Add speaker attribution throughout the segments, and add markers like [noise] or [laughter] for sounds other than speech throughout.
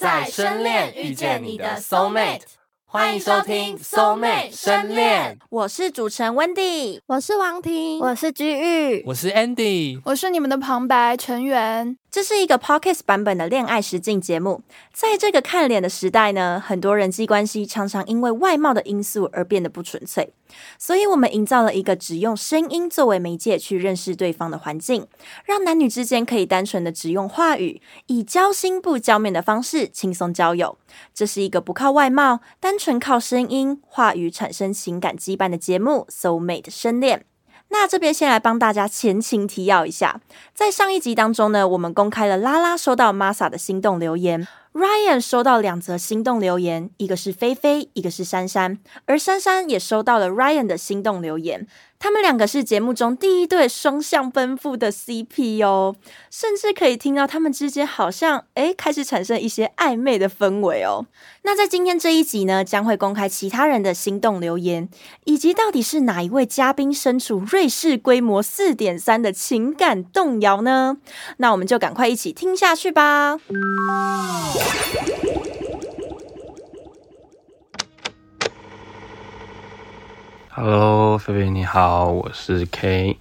Speaker 1: 在深恋遇见你的 soul mate，欢迎收听 soul mate 深恋。
Speaker 2: 我是主持人 Wendy，
Speaker 3: 我是王婷，
Speaker 4: 我是居玉，
Speaker 1: 我是 Andy，
Speaker 5: 我是你们的旁白成员。
Speaker 2: 这是一个 Podcast 版本的恋爱实境节目。在这个看脸的时代呢，很多人际关系常常因为外貌的因素而变得不纯粹，所以我们营造了一个只用声音作为媒介去认识对方的环境，让男女之间可以单纯的只用话语，以交心不交面的方式轻松交友。这是一个不靠外貌，单纯靠声音、话语产生情感羁绊的节目《Soul Mate 深恋》。那这边先来帮大家前情提要一下，在上一集当中呢，我们公开了拉拉收到 Masa 的心动留言，Ryan 收到两则心动留言，一个是菲菲，一个是珊珊，而珊珊也收到了 Ryan 的心动留言。他们两个是节目中第一对双向奔赴的 CP 哦，甚至可以听到他们之间好像诶开始产生一些暧昧的氛围哦。那在今天这一集呢，将会公开其他人的心动留言，以及到底是哪一位嘉宾身处瑞士规模四点三的情感动摇呢？那我们就赶快一起听下去吧。
Speaker 6: Hello，菲菲你好，我是 K。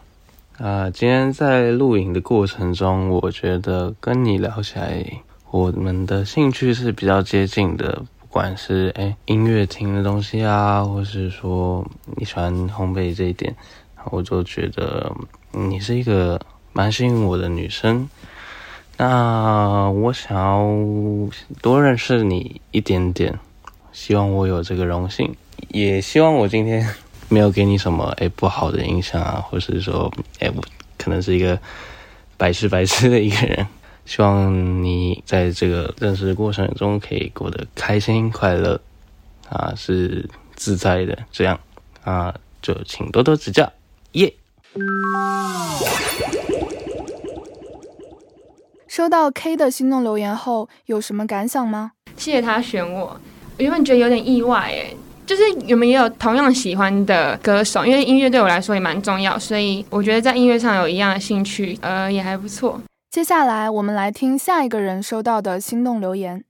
Speaker 6: 啊、今天在录影的过程中，我觉得跟你聊起来，我们的兴趣是比较接近的，不管是哎、音乐厅的东西啊，或是说你喜欢烘焙这一点，我就觉得嗯你是一个蛮吸引我的女生。那我想要多认识你一点点，希望我有这个荣幸，也希望我今天没有给你什么哎、诶不好的影响啊，或是说哎、诶我可能是一个白痴白痴的一个人。希望你在这个认识的过程中可以过得开心快乐啊，是自在的这样啊，就请多多指教，耶、
Speaker 5: 收到 K 的心动留言后，有什么感想吗？
Speaker 7: 谢谢他选我，我原本觉得有点意外哎，就是我们也有同样喜欢的歌手，因为音乐对我来说也蛮重要，所以我觉得在音乐上有一样的兴趣，呃，也还不错。
Speaker 5: 接下来我们来听下一个人收到的心动留言。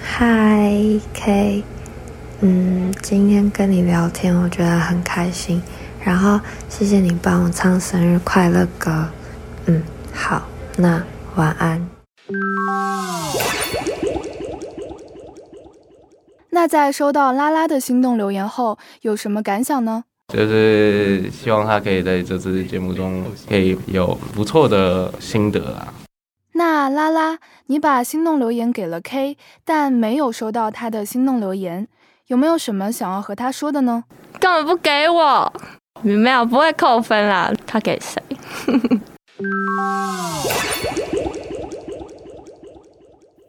Speaker 8: 嗨，K，嗯，今天跟你聊天，我觉得很开心。然后谢谢你帮我唱生日快乐歌，嗯，好，那晚安。
Speaker 5: 那在收到拉拉的心动留言后，有什么感想呢？
Speaker 9: 就是希望他可以在这次节目中可以有不错的心得啦。
Speaker 6: 啊
Speaker 5: 那拉拉，你把心动留言给了 K，但没有收到他的心动留言，有没有什么想要和他说的呢？
Speaker 4: 根本不给我，没有不会扣分啦，他给谁？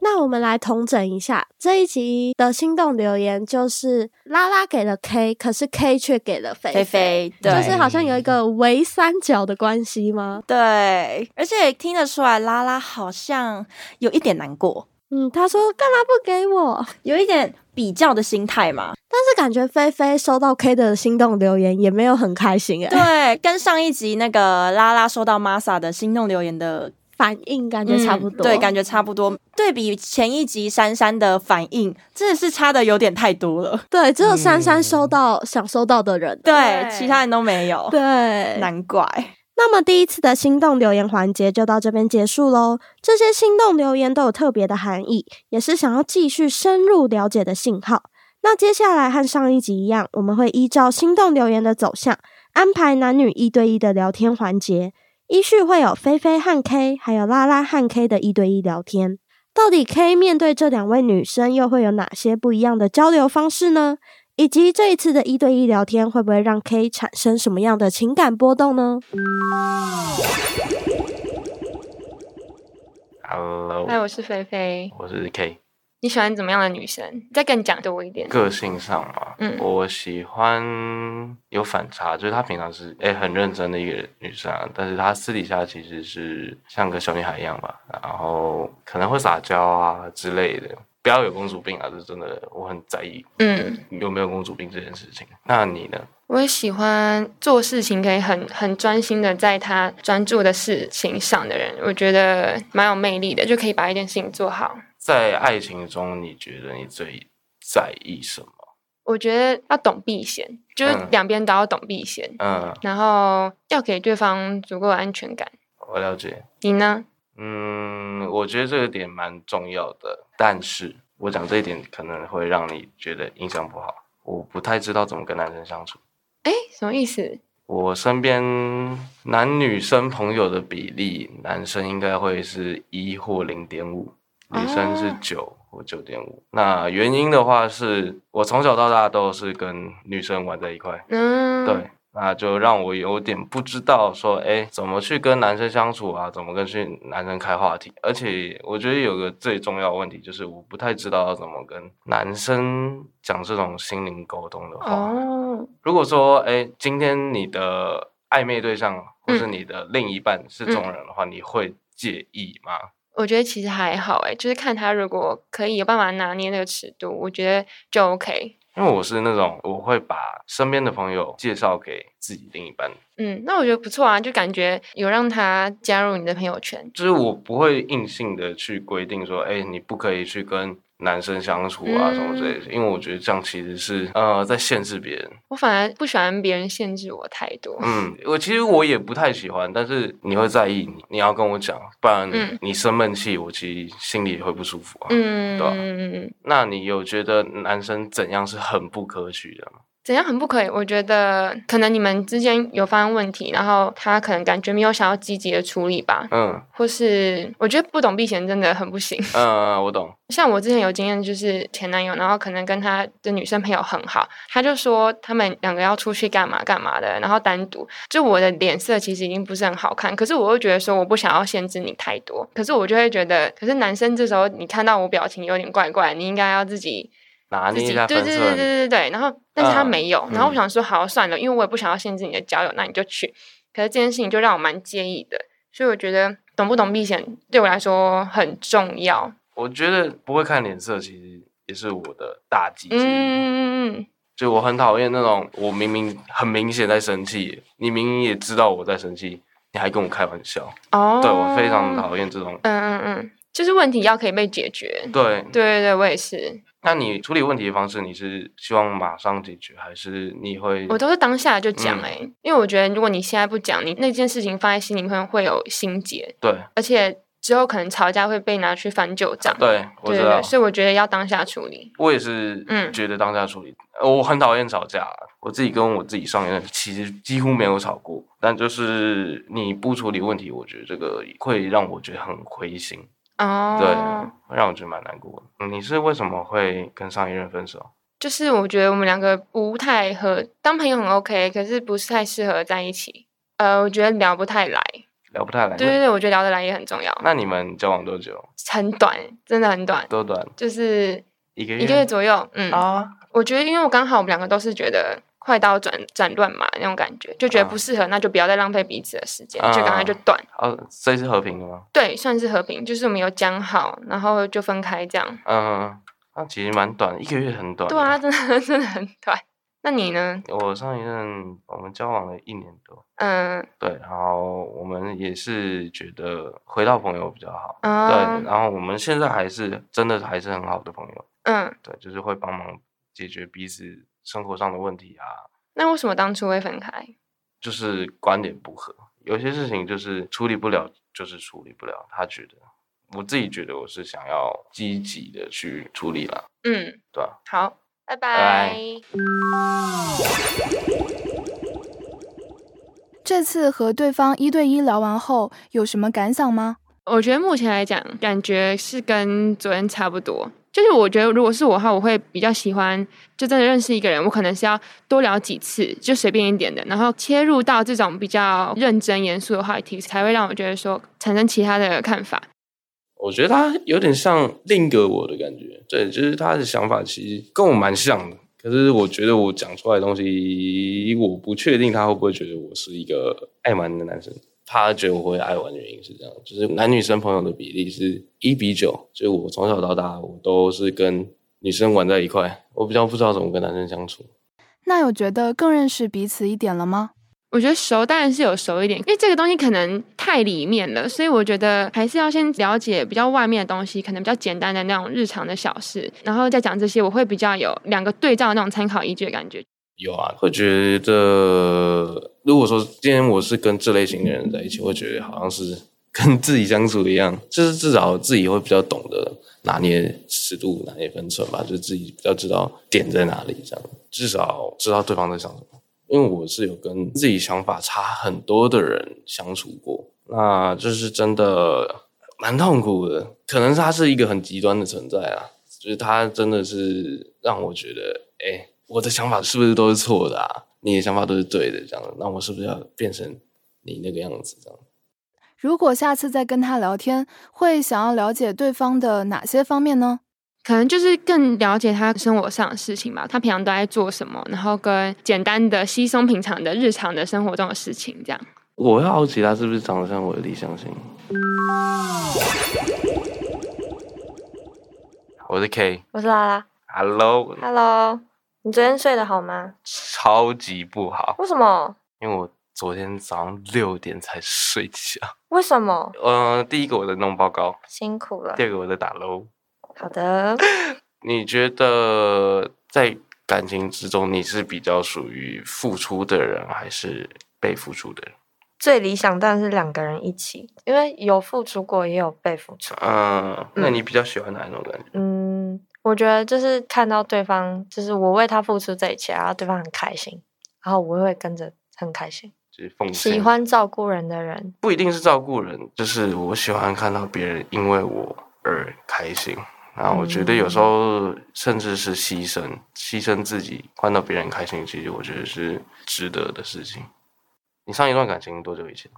Speaker 3: 那我们来统整一下这一集的心动留言，就是拉拉给了 K，可是 K 却给了菲
Speaker 2: 菲，菲，对
Speaker 3: 就是好像有一个围三角的关系吗？
Speaker 2: 对，而且听得出来拉拉好像有一点难过，
Speaker 3: 嗯，他说干嘛不给我？
Speaker 2: 有一点比较的心态嘛。
Speaker 3: 但是感觉菲菲收到 K 的心动留言也没有很开心哎、
Speaker 2: 对，跟上一集那个拉拉收到 Masa 的心动留言的
Speaker 3: 反应感觉差不多，
Speaker 2: 嗯对，感觉差不多。对比前一集珊珊的反应，真的是差的有点太多了。
Speaker 3: 对，只有珊珊收到、想收到的人，
Speaker 2: 嗯对，其他人都没有，
Speaker 3: 对，
Speaker 2: 难怪。
Speaker 3: 那么第一次的心动留言环节就到这边结束喽。这些心动留言都有特别的含义，也是想要继续深入了解的信号。那接下来和上一集一样，我们会依照心动留言的走向，安排男女一对一的聊天环节。依序会有菲菲和 K，还有拉拉和 K 的一对一聊天。到底 K 面对这两位女生又会有哪些不一样的交流方式呢？以及这一次的一对一聊天会不会让 K 产生什么样的情感波动呢？
Speaker 6: Hello，
Speaker 7: 哎嗨，我是菲菲，
Speaker 6: 我是 K。
Speaker 7: 你喜欢怎么样的女生？再跟你讲多一点。
Speaker 6: 个性上嘛，
Speaker 7: 嗯
Speaker 6: 我喜欢有反差，就是她平常是哎、很认真的一个女生、啊，但是她私底下其实是像个小女孩一样吧，然后可能会撒娇啊之类的。不要有公主病啊！这真的我很在意
Speaker 7: 嗯，
Speaker 6: 有没有公主病这件事情。那你呢？
Speaker 7: 我也喜欢做事情可以很很专心的在他专注的事情上的人，我觉得蛮有魅力的，就可以把一件事情做好。
Speaker 6: 在爱情中，你觉得你最在意什么？
Speaker 7: 我觉得要懂避嫌，就是
Speaker 6: 嗯
Speaker 7: 两边都要懂避嫌，
Speaker 6: 嗯，
Speaker 7: 然后要给对方足够的安全感。
Speaker 6: 我了解。
Speaker 7: 你呢？
Speaker 6: 嗯，我觉得这个点蛮重要的，但是我讲这一点可能会让你觉得印象不好。我不太知道怎么跟男生相处，
Speaker 7: 哎，什么意思？
Speaker 6: 我身边男女生朋友的比例，男生应该会是一或零点五，女生是
Speaker 7: 哦
Speaker 6: 九或九点五。那原因的话是，我从小到大都是跟女生玩在一块，
Speaker 7: 嗯，
Speaker 6: 对，，那就让我有点不知道说，哎，怎么去跟男生相处啊？怎么跟去男生开话题？而且我觉得有个最重要的问题就是，我不太知道要怎么跟男生讲这种心灵沟通的话。
Speaker 7: 哦，
Speaker 6: 如果说，哎，今天你的暧昧对象或
Speaker 7: 嗯
Speaker 6: 是你的另一半是这种人的话，你会介意吗？
Speaker 7: 我觉得其实还好，哎，就是看他如果可以有办法拿捏那个尺度，我觉得就 OK。
Speaker 6: 因为我是那种我会把身边的朋友介绍给自己另一半，
Speaker 7: 嗯，那我觉得不错啊，就感觉有让他加入你的朋友圈。
Speaker 6: 就是我不会硬性的去规定说，哎、你不可以去跟男生相处啊什么之类的，
Speaker 7: 嗯
Speaker 6: 因为我觉得这样其实是呃在限制别人。
Speaker 7: 我反而不喜欢别人限制我太多。
Speaker 6: 嗯，我其实我也不太喜欢，但是你会在意，你你要跟我讲，不然
Speaker 7: 嗯
Speaker 6: 你生闷气，我其实心里也会不舒服啊。
Speaker 7: 嗯，
Speaker 6: 对啊
Speaker 7: 嗯
Speaker 6: 那你有觉得男生怎样是很不可取的吗？
Speaker 7: 怎样很不可以？我觉得可能你们之间有发生问题，然后他可能感觉没有想要积极的处理吧，
Speaker 6: 嗯
Speaker 7: 或是我觉得不懂避嫌真的很不行。 [laughs]
Speaker 6: 嗯，我懂。
Speaker 7: 像我之前有经验，就是前男友，然后可能跟他的女生朋友很好，他就说他们两个要出去干嘛干嘛的，然后单独。就我的脸色其实已经不是很好看，可是我又觉得说我不想要限制你太多，可是我就会觉得，可是男生这时候你看到我表情有点怪怪，你应该要自己
Speaker 6: 拿
Speaker 7: 自
Speaker 6: 捏
Speaker 7: 己
Speaker 6: 一下
Speaker 7: 对
Speaker 6: 分
Speaker 7: 对对对
Speaker 6: 寸。
Speaker 7: 对对，然后但是他
Speaker 6: 嗯
Speaker 7: 没有，然后我
Speaker 6: 嗯
Speaker 7: 想说好算了，因为我也不想要限制你的交友，那你就去。可是这件事情就让我蛮介意的，所以我觉得懂不懂避险对我来说很重要。
Speaker 6: 我觉得不会看脸色，其实也是我的大忌之一。
Speaker 7: 嗯嗯
Speaker 6: 就我很讨厌那种，我明明很明显在生气，你明明也知道我在生气，你还跟我开玩笑，
Speaker 7: 嗯，哦，
Speaker 6: 对我非常。讨厌这种。
Speaker 7: 嗯嗯嗯，就是问题要可以被解决。
Speaker 6: 对，
Speaker 7: 对对对，我也是，
Speaker 6: 那你处理问题的方式，你是希望马上解决，还是你会？
Speaker 7: 我都是当下就讲
Speaker 6: 嗯
Speaker 7: 哎、欸因为我觉得如果你现在不讲，你那件事情放在心里可能会有心结，
Speaker 6: 对
Speaker 7: 而且之后可能吵架会被拿去翻旧账。
Speaker 6: 对，我
Speaker 7: 对
Speaker 6: 知
Speaker 7: 对
Speaker 6: 道
Speaker 7: 对，，所以我觉得要当下处理。
Speaker 6: 我也是
Speaker 7: 嗯
Speaker 6: 觉得当下处理。呃我很讨厌吵架，我自己跟我自己上一任其实几乎没有吵过，但就是你不处理问题，我觉得这个会让我觉得很灰心。
Speaker 7: 哦，
Speaker 6: 对，会让我觉得蛮难过的。嗯你是为什么会跟上一任分手？
Speaker 7: 就是我觉得我们两个不太合，当朋友很 OK，可是不是太适合在一起。呃，我觉得聊不太来。
Speaker 6: 聊不太来。
Speaker 7: 对对对，我觉得聊得来也很重要。
Speaker 6: 那你们交往多久？
Speaker 7: 很短，真的很短，
Speaker 6: 多短？
Speaker 7: 就是
Speaker 6: 一个月？
Speaker 7: 一个月左右。嗯，
Speaker 6: 啊？
Speaker 7: 我觉得因为我刚好我们两个都是觉得快刀斩斩乱麻那种感觉，就觉得
Speaker 6: 啊
Speaker 7: 不适合，那就不要再浪费彼此的时间，
Speaker 6: 啊
Speaker 7: 就赶快就断。
Speaker 6: 哦，所以是和平的吗？
Speaker 7: 对，算是和平，就是我们有讲好，然后就分开这样。
Speaker 6: 嗯，那其实蛮短，一个月很短。
Speaker 7: 对啊，。真的真的很短。那你呢？
Speaker 6: 我上一任我们交往了一年多，
Speaker 7: 嗯
Speaker 6: 对，然后我们也是觉得回到朋友比较好，对，
Speaker 7: 啊，
Speaker 6: 然后我们现在还是真的还是很好的朋友，
Speaker 7: 嗯，
Speaker 6: 对，就是会帮忙解决彼此生活上的问题啊，
Speaker 7: 那为什么当初会分开？
Speaker 6: 就是观点不合，有些事情就是处理不了，就是处理不了。他觉得，我自己觉得我是想要积极的去处理啦，
Speaker 7: 嗯，
Speaker 6: 对吧、
Speaker 7: 好，拜
Speaker 6: 拜
Speaker 7: 拜。
Speaker 5: 这次和对方一对一聊完后，有什么感想吗？
Speaker 7: 我觉得目前来讲，感觉是跟昨天差不多。就是我觉得，如果是我的话，我会比较喜欢，就真的认识一个人，我可能是要多聊几次，就随便一点的，然后切入到这种比较认真严肃的话题，才会让我觉得说产生其他的看法。
Speaker 6: 我觉得他有点像另一个我的感觉，对，就是他的想法其实跟我蛮像的。可是我觉得我讲出来的东西，我不确定他会不会觉得我是一个爱玩的男生。他觉得我会爱玩的原因是这样，就是男女生朋友的比例是一比九，就是我从小到大我都是跟女生玩在一块，我比较不知道怎么跟男生相处。
Speaker 5: 那有觉得更认识彼此一点了吗？
Speaker 7: 我觉得熟当然是有熟一点，因为这个东西可能太里面了，所以我觉得还是要先了解比较外面的东西，可能比较简单的那种日常的小事，然后再讲这些，我会比较有两个对照的那种参考依据的感觉。
Speaker 6: 有啊，会觉得如果说今天我是跟这类型的人在一起，会觉得好像是跟自己相处的一样，就是至少自己会比较懂得拿捏尺度、拿捏分寸吧，就自己比较知道点在哪里，这样至少知道对方在想什么。因为我是有跟自己想法差很多的人相处过，那就是真的蛮痛苦的。可能他是一个很极端的存在啊，就是他真的是让我觉得，哎，我的想法是不是都是错的啊？你的想法都是对的，这样，那我是不是要变成你那个样子？这样，
Speaker 5: 如果下次再跟他聊天，会想要了解对方的哪些方面呢？
Speaker 7: 可能就是更了解他生活上的事情吧，他平常都在做什么，然后跟简单的、稀松平常的日常的生活中的事情这样。
Speaker 6: 我会好奇他是不是长得像我的理想型。我是 K，
Speaker 1: 我是拉拉。
Speaker 6: Hello，
Speaker 1: Hello，你昨天睡得好吗？
Speaker 6: 超级不好，
Speaker 1: 为什么？
Speaker 6: 因为我昨天早上六点才睡觉。
Speaker 1: 为什么？
Speaker 6: 呃，第一个我在弄报告，
Speaker 1: 辛苦了
Speaker 6: 第。二个我在打 LO。
Speaker 1: 好的，
Speaker 6: 你觉得在感情之中，你是比较属于付出的人，还是被付出的人？
Speaker 1: 最理想当然是两个人一起，因为有付出过，也有被付出。
Speaker 6: 嗯，那你比较喜欢哪一种感觉？
Speaker 1: 嗯，我觉得就是看到对方，就是我为他付出这一切，然后对方很开心，然后我也会跟着很开心。
Speaker 6: 就是奉献，
Speaker 1: 喜欢照顾人的人，
Speaker 6: 不一定是照顾人，就是我喜欢看到别人因为我而开心。那我觉得有时
Speaker 1: 嗯
Speaker 6: 候甚至是牺牲，牺牲自己换到别人开心，其实我觉得是值得的事情。你上一段感情多久以前？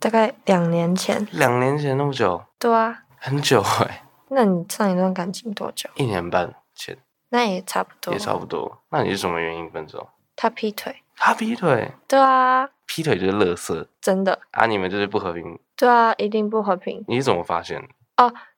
Speaker 1: 大概两年前。
Speaker 6: 两年前那么久，
Speaker 1: 对啊，
Speaker 6: 很久哎、
Speaker 1: 那你上一段感情多久？
Speaker 6: 一年半前
Speaker 1: 那也差不多。
Speaker 6: 也差不多。那你是什么原因分手？
Speaker 1: 他劈腿。
Speaker 6: 他劈腿，
Speaker 1: 对啊，
Speaker 6: 劈腿就是乐色
Speaker 1: 真的。
Speaker 6: 啊！你们就是不和平，
Speaker 1: 对啊，一定不和平。
Speaker 6: 你是怎么发现的？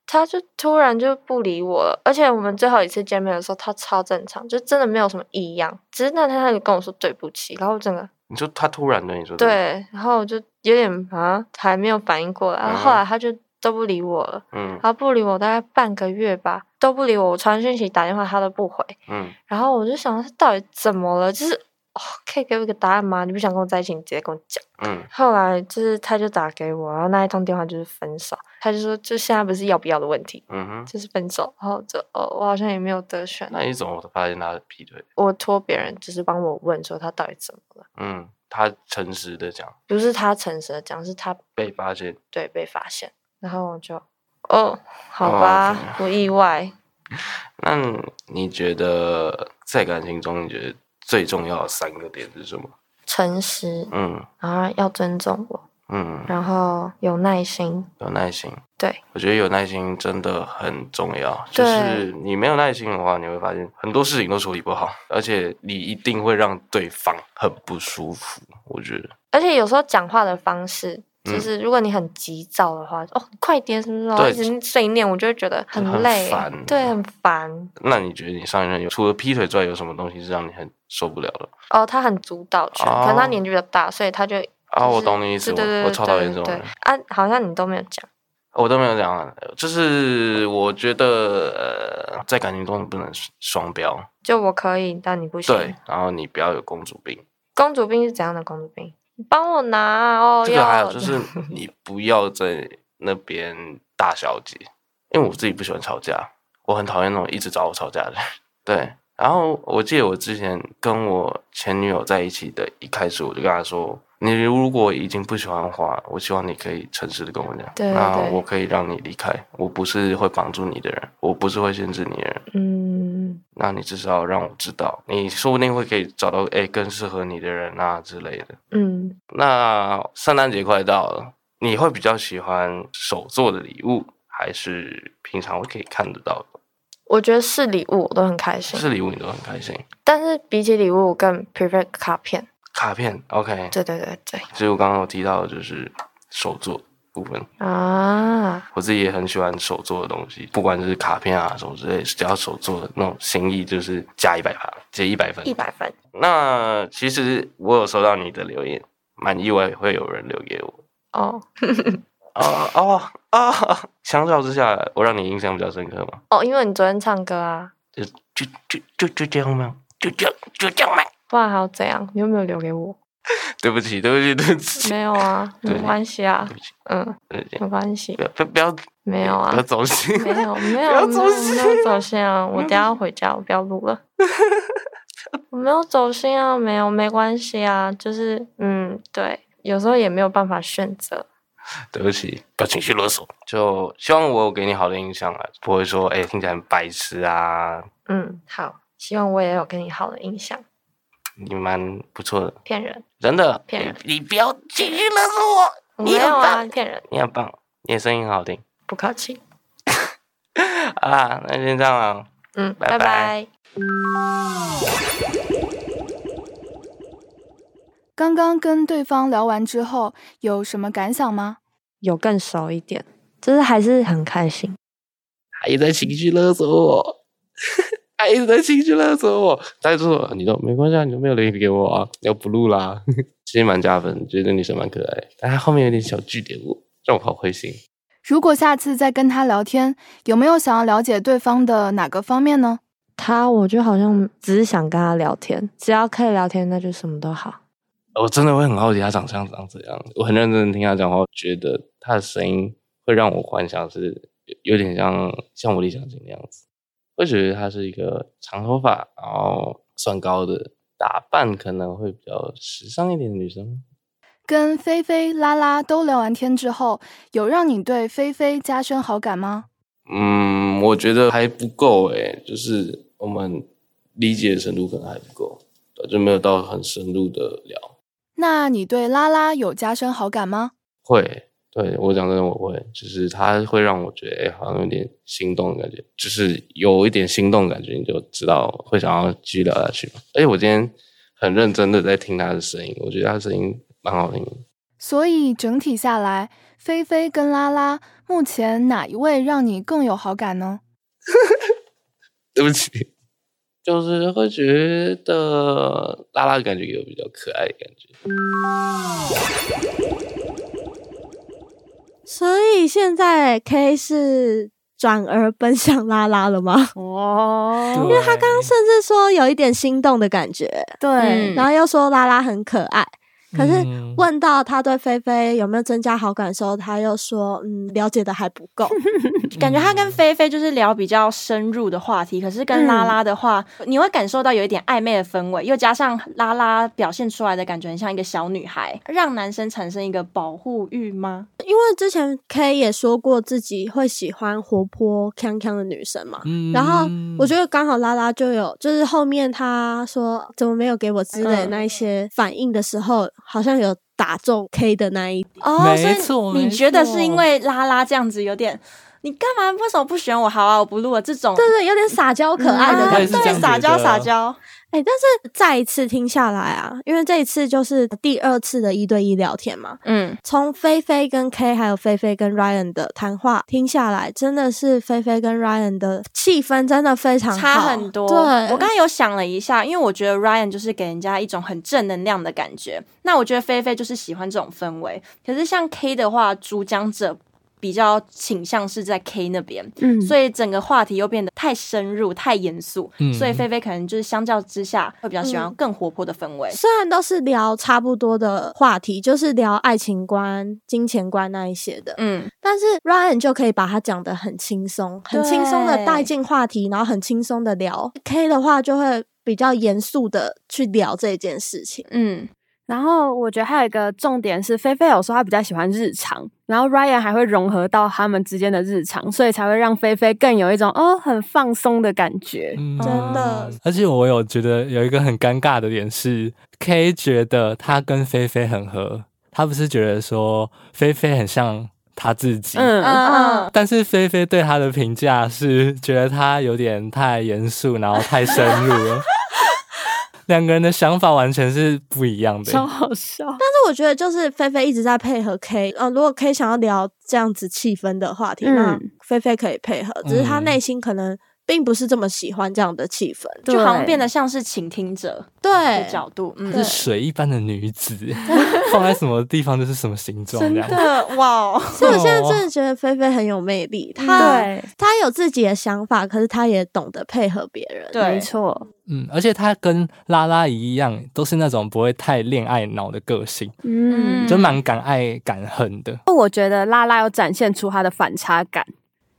Speaker 1: 他就突然就不理我了，而且我们最后一次见面的时候，他超正常，就真的没有什么异样。只是那天他就跟我说对不起，然后我整个
Speaker 6: 你说他突然对你说不，
Speaker 1: 对，然后我就有点啊，还没有反应
Speaker 6: 啊
Speaker 1: 过来。然后后来他就都不理我了，
Speaker 6: 嗯
Speaker 1: 然后不理我大概半个月吧，都不理我。我传讯息、打电话他都不回，
Speaker 6: 嗯，
Speaker 1: 然后我就想他到底怎么了？就是、哦、可以给我一个答案吗？你不想跟我在一起，你直接跟我讲。
Speaker 6: 嗯，
Speaker 1: 后来就是他就打给我，然后那一通电话就是分手，他就说就现在不是要不要的问题，
Speaker 6: 嗯哼，
Speaker 1: 就是分手，然后就哦，我好像也没有得选，
Speaker 6: 那你怎么发现他劈腿？
Speaker 1: 我托别人就是帮我问说他到底怎么了，
Speaker 6: 嗯，他诚实的讲，
Speaker 1: 不是他诚实的讲，是他
Speaker 6: 被发现，
Speaker 1: 对被发现，然后我就哦，好
Speaker 6: 哦
Speaker 1: 吧，
Speaker 6: ，OK
Speaker 1: 不意外，
Speaker 6: 那你觉得在感情中，你觉得最重要的三个点是什么？
Speaker 1: 诚实，
Speaker 6: 嗯
Speaker 1: 然后要尊重我，
Speaker 6: 嗯，
Speaker 1: 然后有耐心，
Speaker 6: 有耐心。
Speaker 1: 对，
Speaker 6: 我觉得有耐心真的很重要。就
Speaker 1: 对
Speaker 6: 是你没有耐心的话，你会发现很多事情都处理不好，而且你一定会让对方很不舒服。我觉得，
Speaker 1: 而且有时候讲话的方式。就
Speaker 6: 嗯
Speaker 1: 是如果你很急躁的话，哦，快点什么什么，
Speaker 6: 对
Speaker 1: 一直碎念，我就会觉得很
Speaker 6: 很
Speaker 1: 累，
Speaker 6: 烦
Speaker 1: 对，很烦。
Speaker 6: 那你觉得你上一任有除了劈腿之外，有什么东西是让你很受不了的？
Speaker 1: 哦，他很主导权，可
Speaker 6: 哦
Speaker 1: 能他年纪比较大，所以他就
Speaker 6: 啊，
Speaker 1: 就是
Speaker 6: 我懂你意思，
Speaker 1: 对对对
Speaker 6: 我我超讨厌这种
Speaker 1: 对
Speaker 6: 人
Speaker 1: 对。啊，好像你都没有讲，
Speaker 6: 我都没有讲啊，就是我觉得、呃、在感情中不能双标，
Speaker 1: 就我可以，但你不行。
Speaker 6: 对，然后你不要有公主病，
Speaker 1: 公主病是怎样的公主病？你帮我拿啊哦，
Speaker 6: 这个还有
Speaker 1: 要
Speaker 6: 就是你不要在那边大小姐，因为我自己不喜欢吵架，我很讨厌那种一直找我吵架的人。对，然后我记得我之前跟我前女友在一起的一开始，我就跟她说：“你如果已经不喜欢的话，我希望你可以诚实的跟我讲，
Speaker 1: 对对
Speaker 6: 那
Speaker 1: 对
Speaker 6: 我可以让你离开，我不是会绑住你的人，我不是会限制你的人。”
Speaker 1: 嗯，
Speaker 6: 那你至少让我知道，你说不定会可以找到哎更适合你的人啊之类的。
Speaker 1: 嗯，
Speaker 6: 那圣诞节快到了，你会比较喜欢手做的礼物，还是平常会可以看得到的？
Speaker 1: 我觉得是礼物我都很开心，
Speaker 6: 是礼物你都很开心，
Speaker 1: 但是比起礼物，我更 prefer 卡片。
Speaker 6: 卡片 OK，
Speaker 1: 对对对对，
Speaker 6: 所以我刚刚有提到的就是手做，部分。
Speaker 1: 啊，
Speaker 6: 我自己也很喜欢手做的东西，不管是卡片啊什么之类，只要手做的那种心意，就是加一百趴，接一百分。
Speaker 1: 一百分，
Speaker 6: 那其实我有收到你的留言，蛮意外会有人留给我。
Speaker 1: 哦
Speaker 6: 啊哦啊！相较之下，我让你印象比较深刻嘛，
Speaker 1: 哦，因为你昨天唱歌啊，
Speaker 6: 就就就就就这样吗？就这样就这样吗？
Speaker 1: 不然还要怎样？你有没有留
Speaker 6: [laughs]
Speaker 1: 给我？
Speaker 6: 对不起，对不起，对不起，
Speaker 1: 没有啊，
Speaker 6: 对
Speaker 1: 没关系啊
Speaker 6: 对，不起，
Speaker 1: 嗯，
Speaker 6: 对不起，
Speaker 1: 没关系
Speaker 6: 不，要不要不要
Speaker 1: 没有啊
Speaker 6: 不要，走心。
Speaker 1: 没有没有
Speaker 6: 不要
Speaker 1: 没
Speaker 6: 走
Speaker 1: 有
Speaker 6: 心
Speaker 1: 没有走心啊！我等一下回家，我不要录了。我没有走心啊，没有没关系啊，就是嗯，对，有时候也没有办法选择。
Speaker 6: [laughs] 对不起，不要情绪勒索。就希望我有给你好的印象啊，不会说哎、听起来很白痴啊，
Speaker 1: 嗯，好，希望我也有给你好的印象。
Speaker 6: 你蛮不错的，
Speaker 1: 骗人，
Speaker 6: 真的。
Speaker 1: 骗人
Speaker 6: 你你不要情绪勒索我，
Speaker 1: 我没有啊，骗人，
Speaker 6: 你很棒，你的声音很好听。
Speaker 1: 不客气。
Speaker 6: 好啦，那先这样啊。
Speaker 1: 嗯，
Speaker 6: 拜拜
Speaker 1: 拜拜
Speaker 5: 刚刚跟对方聊完之后，有什么感想吗？
Speaker 1: 有更熟一点，就是还是很开心。
Speaker 6: [laughs] 还在情绪勒索我，还一直在情绪勒索我。但是说你都没关系，啊，你都没有留言给我啊，要不录啦。其实蛮加分，觉得女生蛮可爱，但她后面有点小据点我，让我好灰心。
Speaker 5: 如果下次再跟他聊天，有没有想要了解对方的哪个方面呢？
Speaker 1: 他，我就好像只是想跟他聊天，只要可以聊天，那就什么都好。
Speaker 6: 我真的会很好奇她长相长怎样，我很认真地听她讲话，我觉得她的声音会让我幻想是有有点像像我理想型的样子，会觉得她是一个长头发，然后算高的，打扮可能会比较时尚一点的女生。
Speaker 5: 跟菲菲、拉拉都聊完天之后，有让你对菲菲加深好感吗？
Speaker 6: 嗯，我觉得还不够诶、就是我们理解的深度可能还不够，对就没有到很深入的聊。
Speaker 5: 那你对拉拉有加深好感吗？
Speaker 6: 会，对我讲真的，我会，就是他会让我觉得，哎、好像有点心动的感觉，就是有一点心动的感觉，你就知道会想要继续聊下去嘛。而且我今天很认真的在听他的声音，我觉得他声音蛮好听的。
Speaker 5: 所以整体下来，菲菲跟拉拉目前哪一位让你更有好感呢？
Speaker 6: 对不起， [laughs] 就是会觉得拉拉感觉有比较可爱的感觉。
Speaker 3: 所以现在 K 是转而奔向拉拉了
Speaker 2: [laughs]
Speaker 3: 吗？
Speaker 2: 哦，
Speaker 3: 因为他刚刚甚至说有一点心动的感觉，
Speaker 2: 对
Speaker 7: 嗯
Speaker 3: 然后又说拉拉很可爱，可是
Speaker 6: 嗯
Speaker 3: 问到他对菲菲有没有增加好感的时候，他又说嗯了解的还不
Speaker 2: [laughs]
Speaker 3: 够。
Speaker 9: 嗯
Speaker 2: 感觉他跟菲菲就是聊比较深入的话题，可是跟
Speaker 3: 嗯
Speaker 2: 拉拉的话，你会感受到有一点暧昧的氛围，又加上拉拉表现出来的感觉很像一个小女孩，让男生产生一个保护欲吗？
Speaker 3: 因为之前 K 也说过自己会喜欢活泼、锵锵的女生嘛，
Speaker 9: 嗯
Speaker 2: 嗯
Speaker 3: 然后我觉得刚好拉拉就有，就是后面他说怎么没有给我之类的
Speaker 2: 嗯
Speaker 3: 那一些反应的时候，好像有打中 K 的那一点。
Speaker 2: 哦，
Speaker 9: 没错
Speaker 2: 所以你
Speaker 9: 没
Speaker 2: 觉得是因
Speaker 9: 错
Speaker 2: 为拉拉这样子有点，你干嘛为什么不选我？好啊，我不录了这种。
Speaker 3: 对对，有点撒娇可爱的
Speaker 2: 啊
Speaker 9: 我
Speaker 3: 感
Speaker 9: 也
Speaker 3: 觉
Speaker 9: 是。这样
Speaker 2: 对，撒
Speaker 9: 觉
Speaker 2: 娇
Speaker 9: 得
Speaker 2: 撒娇，
Speaker 3: 哎、但是再一次听下来啊，因为这一次就是第二次的一对一聊天嘛，
Speaker 2: 嗯，
Speaker 3: 从菲菲跟 K 还有菲菲跟 Ryan 的谈话听下来，真的是菲菲跟 Ryan 的气氛真的非常好
Speaker 2: 差很多。
Speaker 3: 对，
Speaker 2: 我刚才有想了一下，因为我觉得 Ryan 就是给人家一种很正能量的感觉，那我觉得菲菲就是喜欢这种氛围。可是像 K 的话，主讲者比较倾向是在 K 那边，
Speaker 3: 嗯
Speaker 2: 所以整个话题又变得太深入、太严肃，
Speaker 9: 嗯
Speaker 2: 所以菲菲可能就是相较之下会比较喜欢
Speaker 3: 嗯
Speaker 2: 更活泼的氛围。
Speaker 3: 虽然都是聊差不多的话题，就是聊爱情观、金钱观那一些的，
Speaker 2: 嗯，
Speaker 3: 但是 Ryan 就可以把它讲得很轻松，很
Speaker 2: 对
Speaker 3: 轻松的带进话题，然后很轻松的聊。K 的话就会比较严肃的去聊这件事情。
Speaker 2: 嗯，
Speaker 10: 然后我觉得还有一个重点是，菲菲有说她比较喜欢日常，然后 Ryan 还会融合到他们之间的日常，所以才会让菲菲更有一种哦很放松的感觉。
Speaker 9: 嗯
Speaker 3: 真的
Speaker 9: 而且我有觉得有一个很尴尬的点是，K 觉得他跟菲菲很合，他不是觉得说菲菲很像他自己，
Speaker 10: 嗯
Speaker 2: 嗯
Speaker 9: 但是菲菲对他的评价是觉得他有点太严肃，然后太深入了。两个人的想法完全是不一样的。
Speaker 10: 超好笑。
Speaker 3: 但是我觉得就是菲菲一直在配合 K，呃，如果 K 想要聊这样子气氛的话题，
Speaker 10: 嗯
Speaker 3: 那菲菲可以配合，只是她
Speaker 9: 嗯
Speaker 3: 内心可能并不是这么喜欢这样的气氛，
Speaker 2: 就好像变
Speaker 3: 得
Speaker 2: 得像是倾听者的
Speaker 3: 对
Speaker 2: 角度，嗯， [laughs]
Speaker 9: 是水一般的女子， [laughs] 放在什么地方就是什么形状，
Speaker 2: 真
Speaker 9: 这样
Speaker 2: 的哇，哦
Speaker 3: 所以我现在
Speaker 9: 哦
Speaker 3: 真的觉得菲菲很有魅力，她
Speaker 10: 对
Speaker 3: 她有自己的想法，可是她也懂得配合别人。
Speaker 2: 对
Speaker 10: 没错，
Speaker 9: 嗯，而且她跟拉拉一样，都是那种不会太恋爱脑的个性，
Speaker 10: 嗯，
Speaker 9: 就蛮敢爱敢恨的。
Speaker 10: 我觉得拉拉有展现出她的反差感，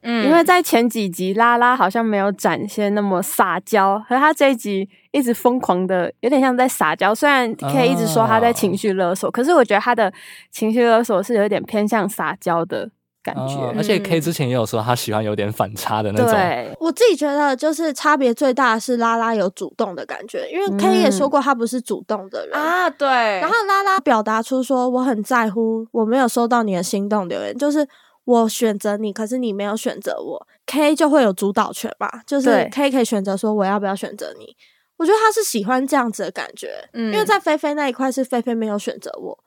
Speaker 2: 嗯
Speaker 10: 因为在前几集拉拉好像没有展现那么撒娇，可是她这一集一直疯狂的，有点像在撒娇。虽然可以一直说她在
Speaker 9: 哦
Speaker 10: 情绪勒索，可是我觉得她的情绪勒索是有一点偏向撒娇的感觉。
Speaker 9: 哦而且 K 之前也有说她喜欢有点反差的那种，
Speaker 10: 对，
Speaker 3: 我自己觉得，就是差别最大的是拉拉有主动的感觉，因为 K 也说过她不是主动的人。
Speaker 2: 嗯啊，对，然
Speaker 3: 然后拉拉表达出说我很在乎，我没有收到你的心动留言，就是我选择你，可是你没有选择我。K 就会有主导权嘛，就是
Speaker 10: 对
Speaker 3: K 可以选择说我要不要选择你。我觉得他是喜欢这样子的感觉，
Speaker 2: 嗯
Speaker 3: 因为在菲菲那一块是菲菲没有选择我，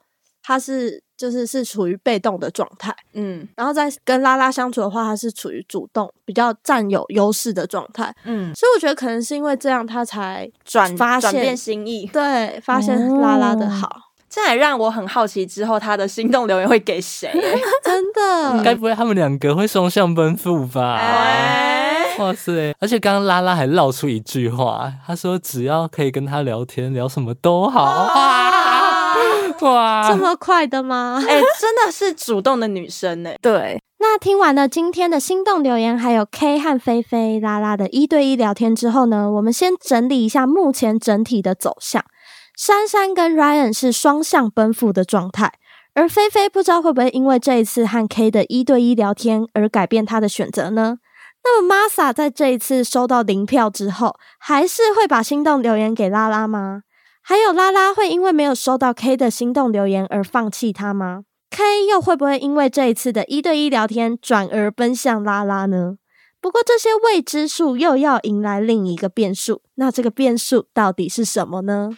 Speaker 3: 他是就是是处于被动的状态。
Speaker 2: 嗯
Speaker 3: 然后在跟拉拉相处的话，他是处于主动、比较占有优势的状态，
Speaker 2: 嗯，
Speaker 3: 所以我觉得可能是因为这样，他才
Speaker 2: 转
Speaker 3: 发
Speaker 2: 转
Speaker 3: 现
Speaker 2: 变心意，
Speaker 3: 对发现拉拉的好， [laughs]
Speaker 2: 这也让我很好奇，之后他的心动留言会给谁？
Speaker 3: 真的。
Speaker 9: 该不会他们两个会双向奔赴吧？
Speaker 2: 哎，
Speaker 9: [laughs] 哇塞！而且刚刚拉拉还唠出一句话，她说只要可以跟她聊天，聊什么都好。
Speaker 10: 啊
Speaker 9: 哇哇
Speaker 3: 这么快的吗？
Speaker 2: 哎，真的是主动的女生欸呢。
Speaker 10: 对，
Speaker 3: 那听完了今天的心动留言，还有 K 和菲菲、拉拉的一对一聊天之后呢，我们先整理一下目前整体的走向。珊珊跟 Ryan 是双向奔赴的状态，而菲菲不知道会不会因为这一次和 K 的一对一聊天而改变她的选择呢？那么 Masa 在这一次收到零票之后，还是会把心动留言给拉拉吗？还有拉拉会因为没有收到 K 的心动留言而放弃他吗？K 又会不会因为这一次的一对一聊天，转而奔向拉拉呢？不过这些未知数又要迎来另一个变数，那这个变数到底是什么呢？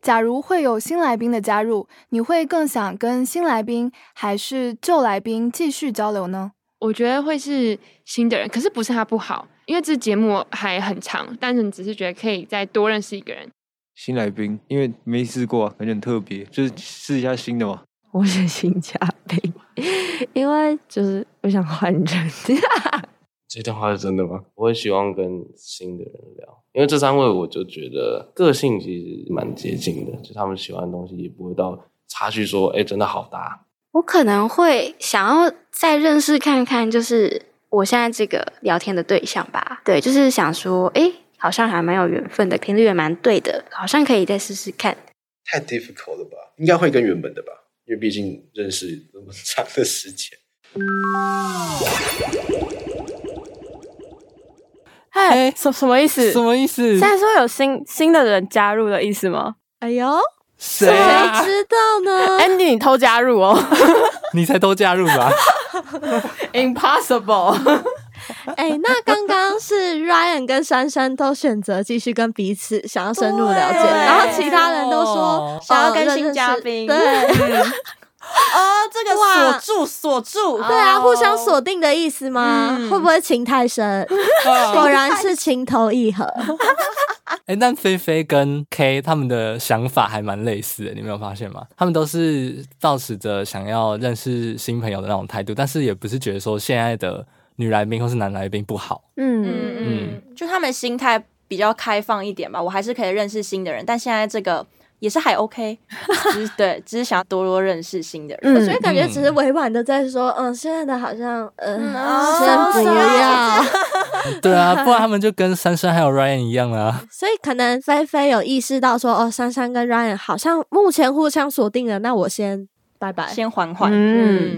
Speaker 5: 假如会有新来宾的加入，你会更想跟新来宾还是旧来宾继续交流呢？
Speaker 7: 我觉得会是新的人，可是不是他不好，因为这节目还很长，但是你只是觉得可以再多认识一个人。
Speaker 11: 新来宾，因为没试过、啊，感觉很特别，就是试一下新的嘛。
Speaker 4: 我选新嘉宾，因为就是我想换人。
Speaker 6: 这段话是真的吗？我会希望跟新的人聊，因为这三位我就觉得个性其实蛮接近的，就他们喜欢的东西也不会到差距说，哎、真的好搭。
Speaker 12: 我可能会想要再认识看看，就是我现在这个聊天的对象吧。对，就是想说，诶，好像还蛮有缘分的，频率也蛮对的，好像可以再试试看。
Speaker 13: 太 difficult 了吧？应该会跟原本的吧，因为毕竟认识那么长的时间。
Speaker 10: 哎，什什么意思？
Speaker 9: 什么意思
Speaker 10: 现？在说有新新的人加入的意思吗？
Speaker 3: 哎呦，
Speaker 9: 谁啊？
Speaker 3: 谁知道呢？
Speaker 10: a n d y 你偷加入哦
Speaker 9: 你才都加入吧？ [laughs]
Speaker 10: ，impossible。
Speaker 3: 哎、那刚刚是 Ryan 跟珊珊都选择继续跟彼此想要深入了解，
Speaker 2: 对
Speaker 3: 然后其他人都说
Speaker 2: [laughs] 想要
Speaker 3: 哦
Speaker 2: 跟
Speaker 3: 认
Speaker 2: 新
Speaker 3: 识
Speaker 2: 嘉宾
Speaker 3: 对
Speaker 2: [laughs] 哦，这个
Speaker 3: 哇
Speaker 2: 锁住锁住，哦
Speaker 3: 对啊，互相锁定的意思吗？
Speaker 2: 嗯
Speaker 3: 会不会情太 [laughs] 深？果然是情投意合。
Speaker 9: 哎、但菲菲跟 K 他们的想法还蛮类似的，你没有发现吗？他们都是抱持着想要认识新朋友的那种态度，但是也不是觉得说现在的女来宾或是男来宾不好。
Speaker 10: 嗯，
Speaker 9: 嗯
Speaker 7: 嗯
Speaker 2: 就他们心态比较开放一点吧，我还是可以认识新的人，但现在这个也是还 OK，只是对，只是想要多多认识新的人。
Speaker 3: [laughs] 所以感觉只是委婉的在说，嗯，现在的好像，嗯，
Speaker 14: 哦
Speaker 3: 先不要。
Speaker 9: 对啊，不然他们就跟珊珊还有 Ryan 一样啊。
Speaker 3: [laughs] 所以可能菲菲有意识到说，哦，珊珊跟 Ryan 好像目前互相锁定了，那我先拜拜。
Speaker 2: 先缓缓。
Speaker 10: 嗯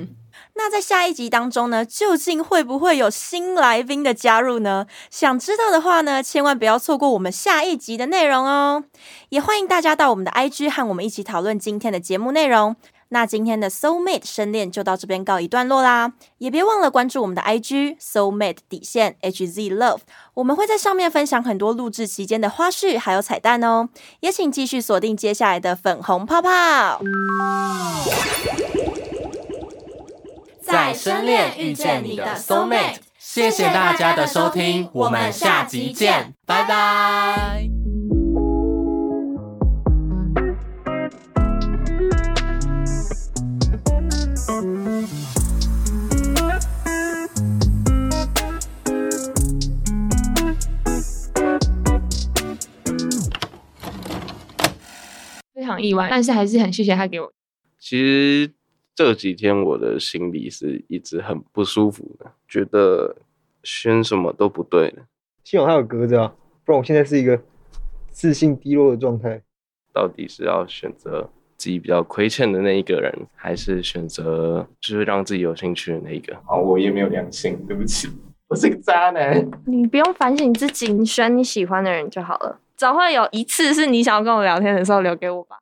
Speaker 2: 嗯，那在下一集当中呢，究竟会不会有新来宾的加入呢？想知道的话呢，千万不要错过我们下一集的内容哦。也欢迎大家到我们的 IG 和我们一起讨论今天的节目内容。那今天的 Soul Mate 深恋就到这边告一段落啦，也别忘了关注我们的 IG Soul Mate 底线 HZ Love，我们会在上面分享很多录制期间的花絮还有彩蛋哦。也请继续锁定接下来的粉红泡泡。
Speaker 9: 在深恋遇见你的 soul mate。谢谢大家的收听，我们下集见，拜拜。
Speaker 7: 非常意外，但是还是很谢谢他给我。
Speaker 6: 其实这几天我的心里是一直很不舒服的，觉得宣什么都不对的。
Speaker 14: 幸好还有隔着啊，不然我现在是一个自信低落的状态。
Speaker 6: 到底是要选择自己比较亏欠的那一个人，还是选择就是让自己有兴趣的那一个？
Speaker 15: 好，我也没有良心，对不起，我是个渣男。
Speaker 1: 你不用反省自己，你选你喜欢的人就好了。总会有一次是你想要跟我聊天的时候留给我吧。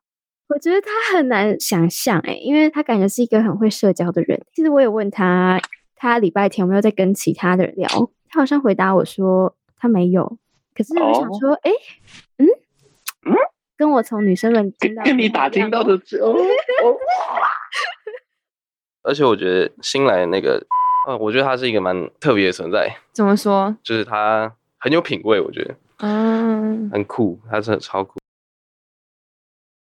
Speaker 3: 我觉得他很难想象哎、因为他感觉是一个很会社交的人。其实我也问他，他礼拜天有没有在跟其他的人聊，他好像回答我说他没有。可是我
Speaker 15: 哦
Speaker 3: 想说，哎、嗯嗯，跟我从女生们听到的
Speaker 15: 跟你打听到的只哦哦，
Speaker 6: 而且我觉得新来的那个，呃，我觉得他是一个蛮特别的存在，
Speaker 7: 怎么说？
Speaker 6: 就是他很有品味，我觉得
Speaker 7: 嗯，
Speaker 6: 很酷，他真的超酷。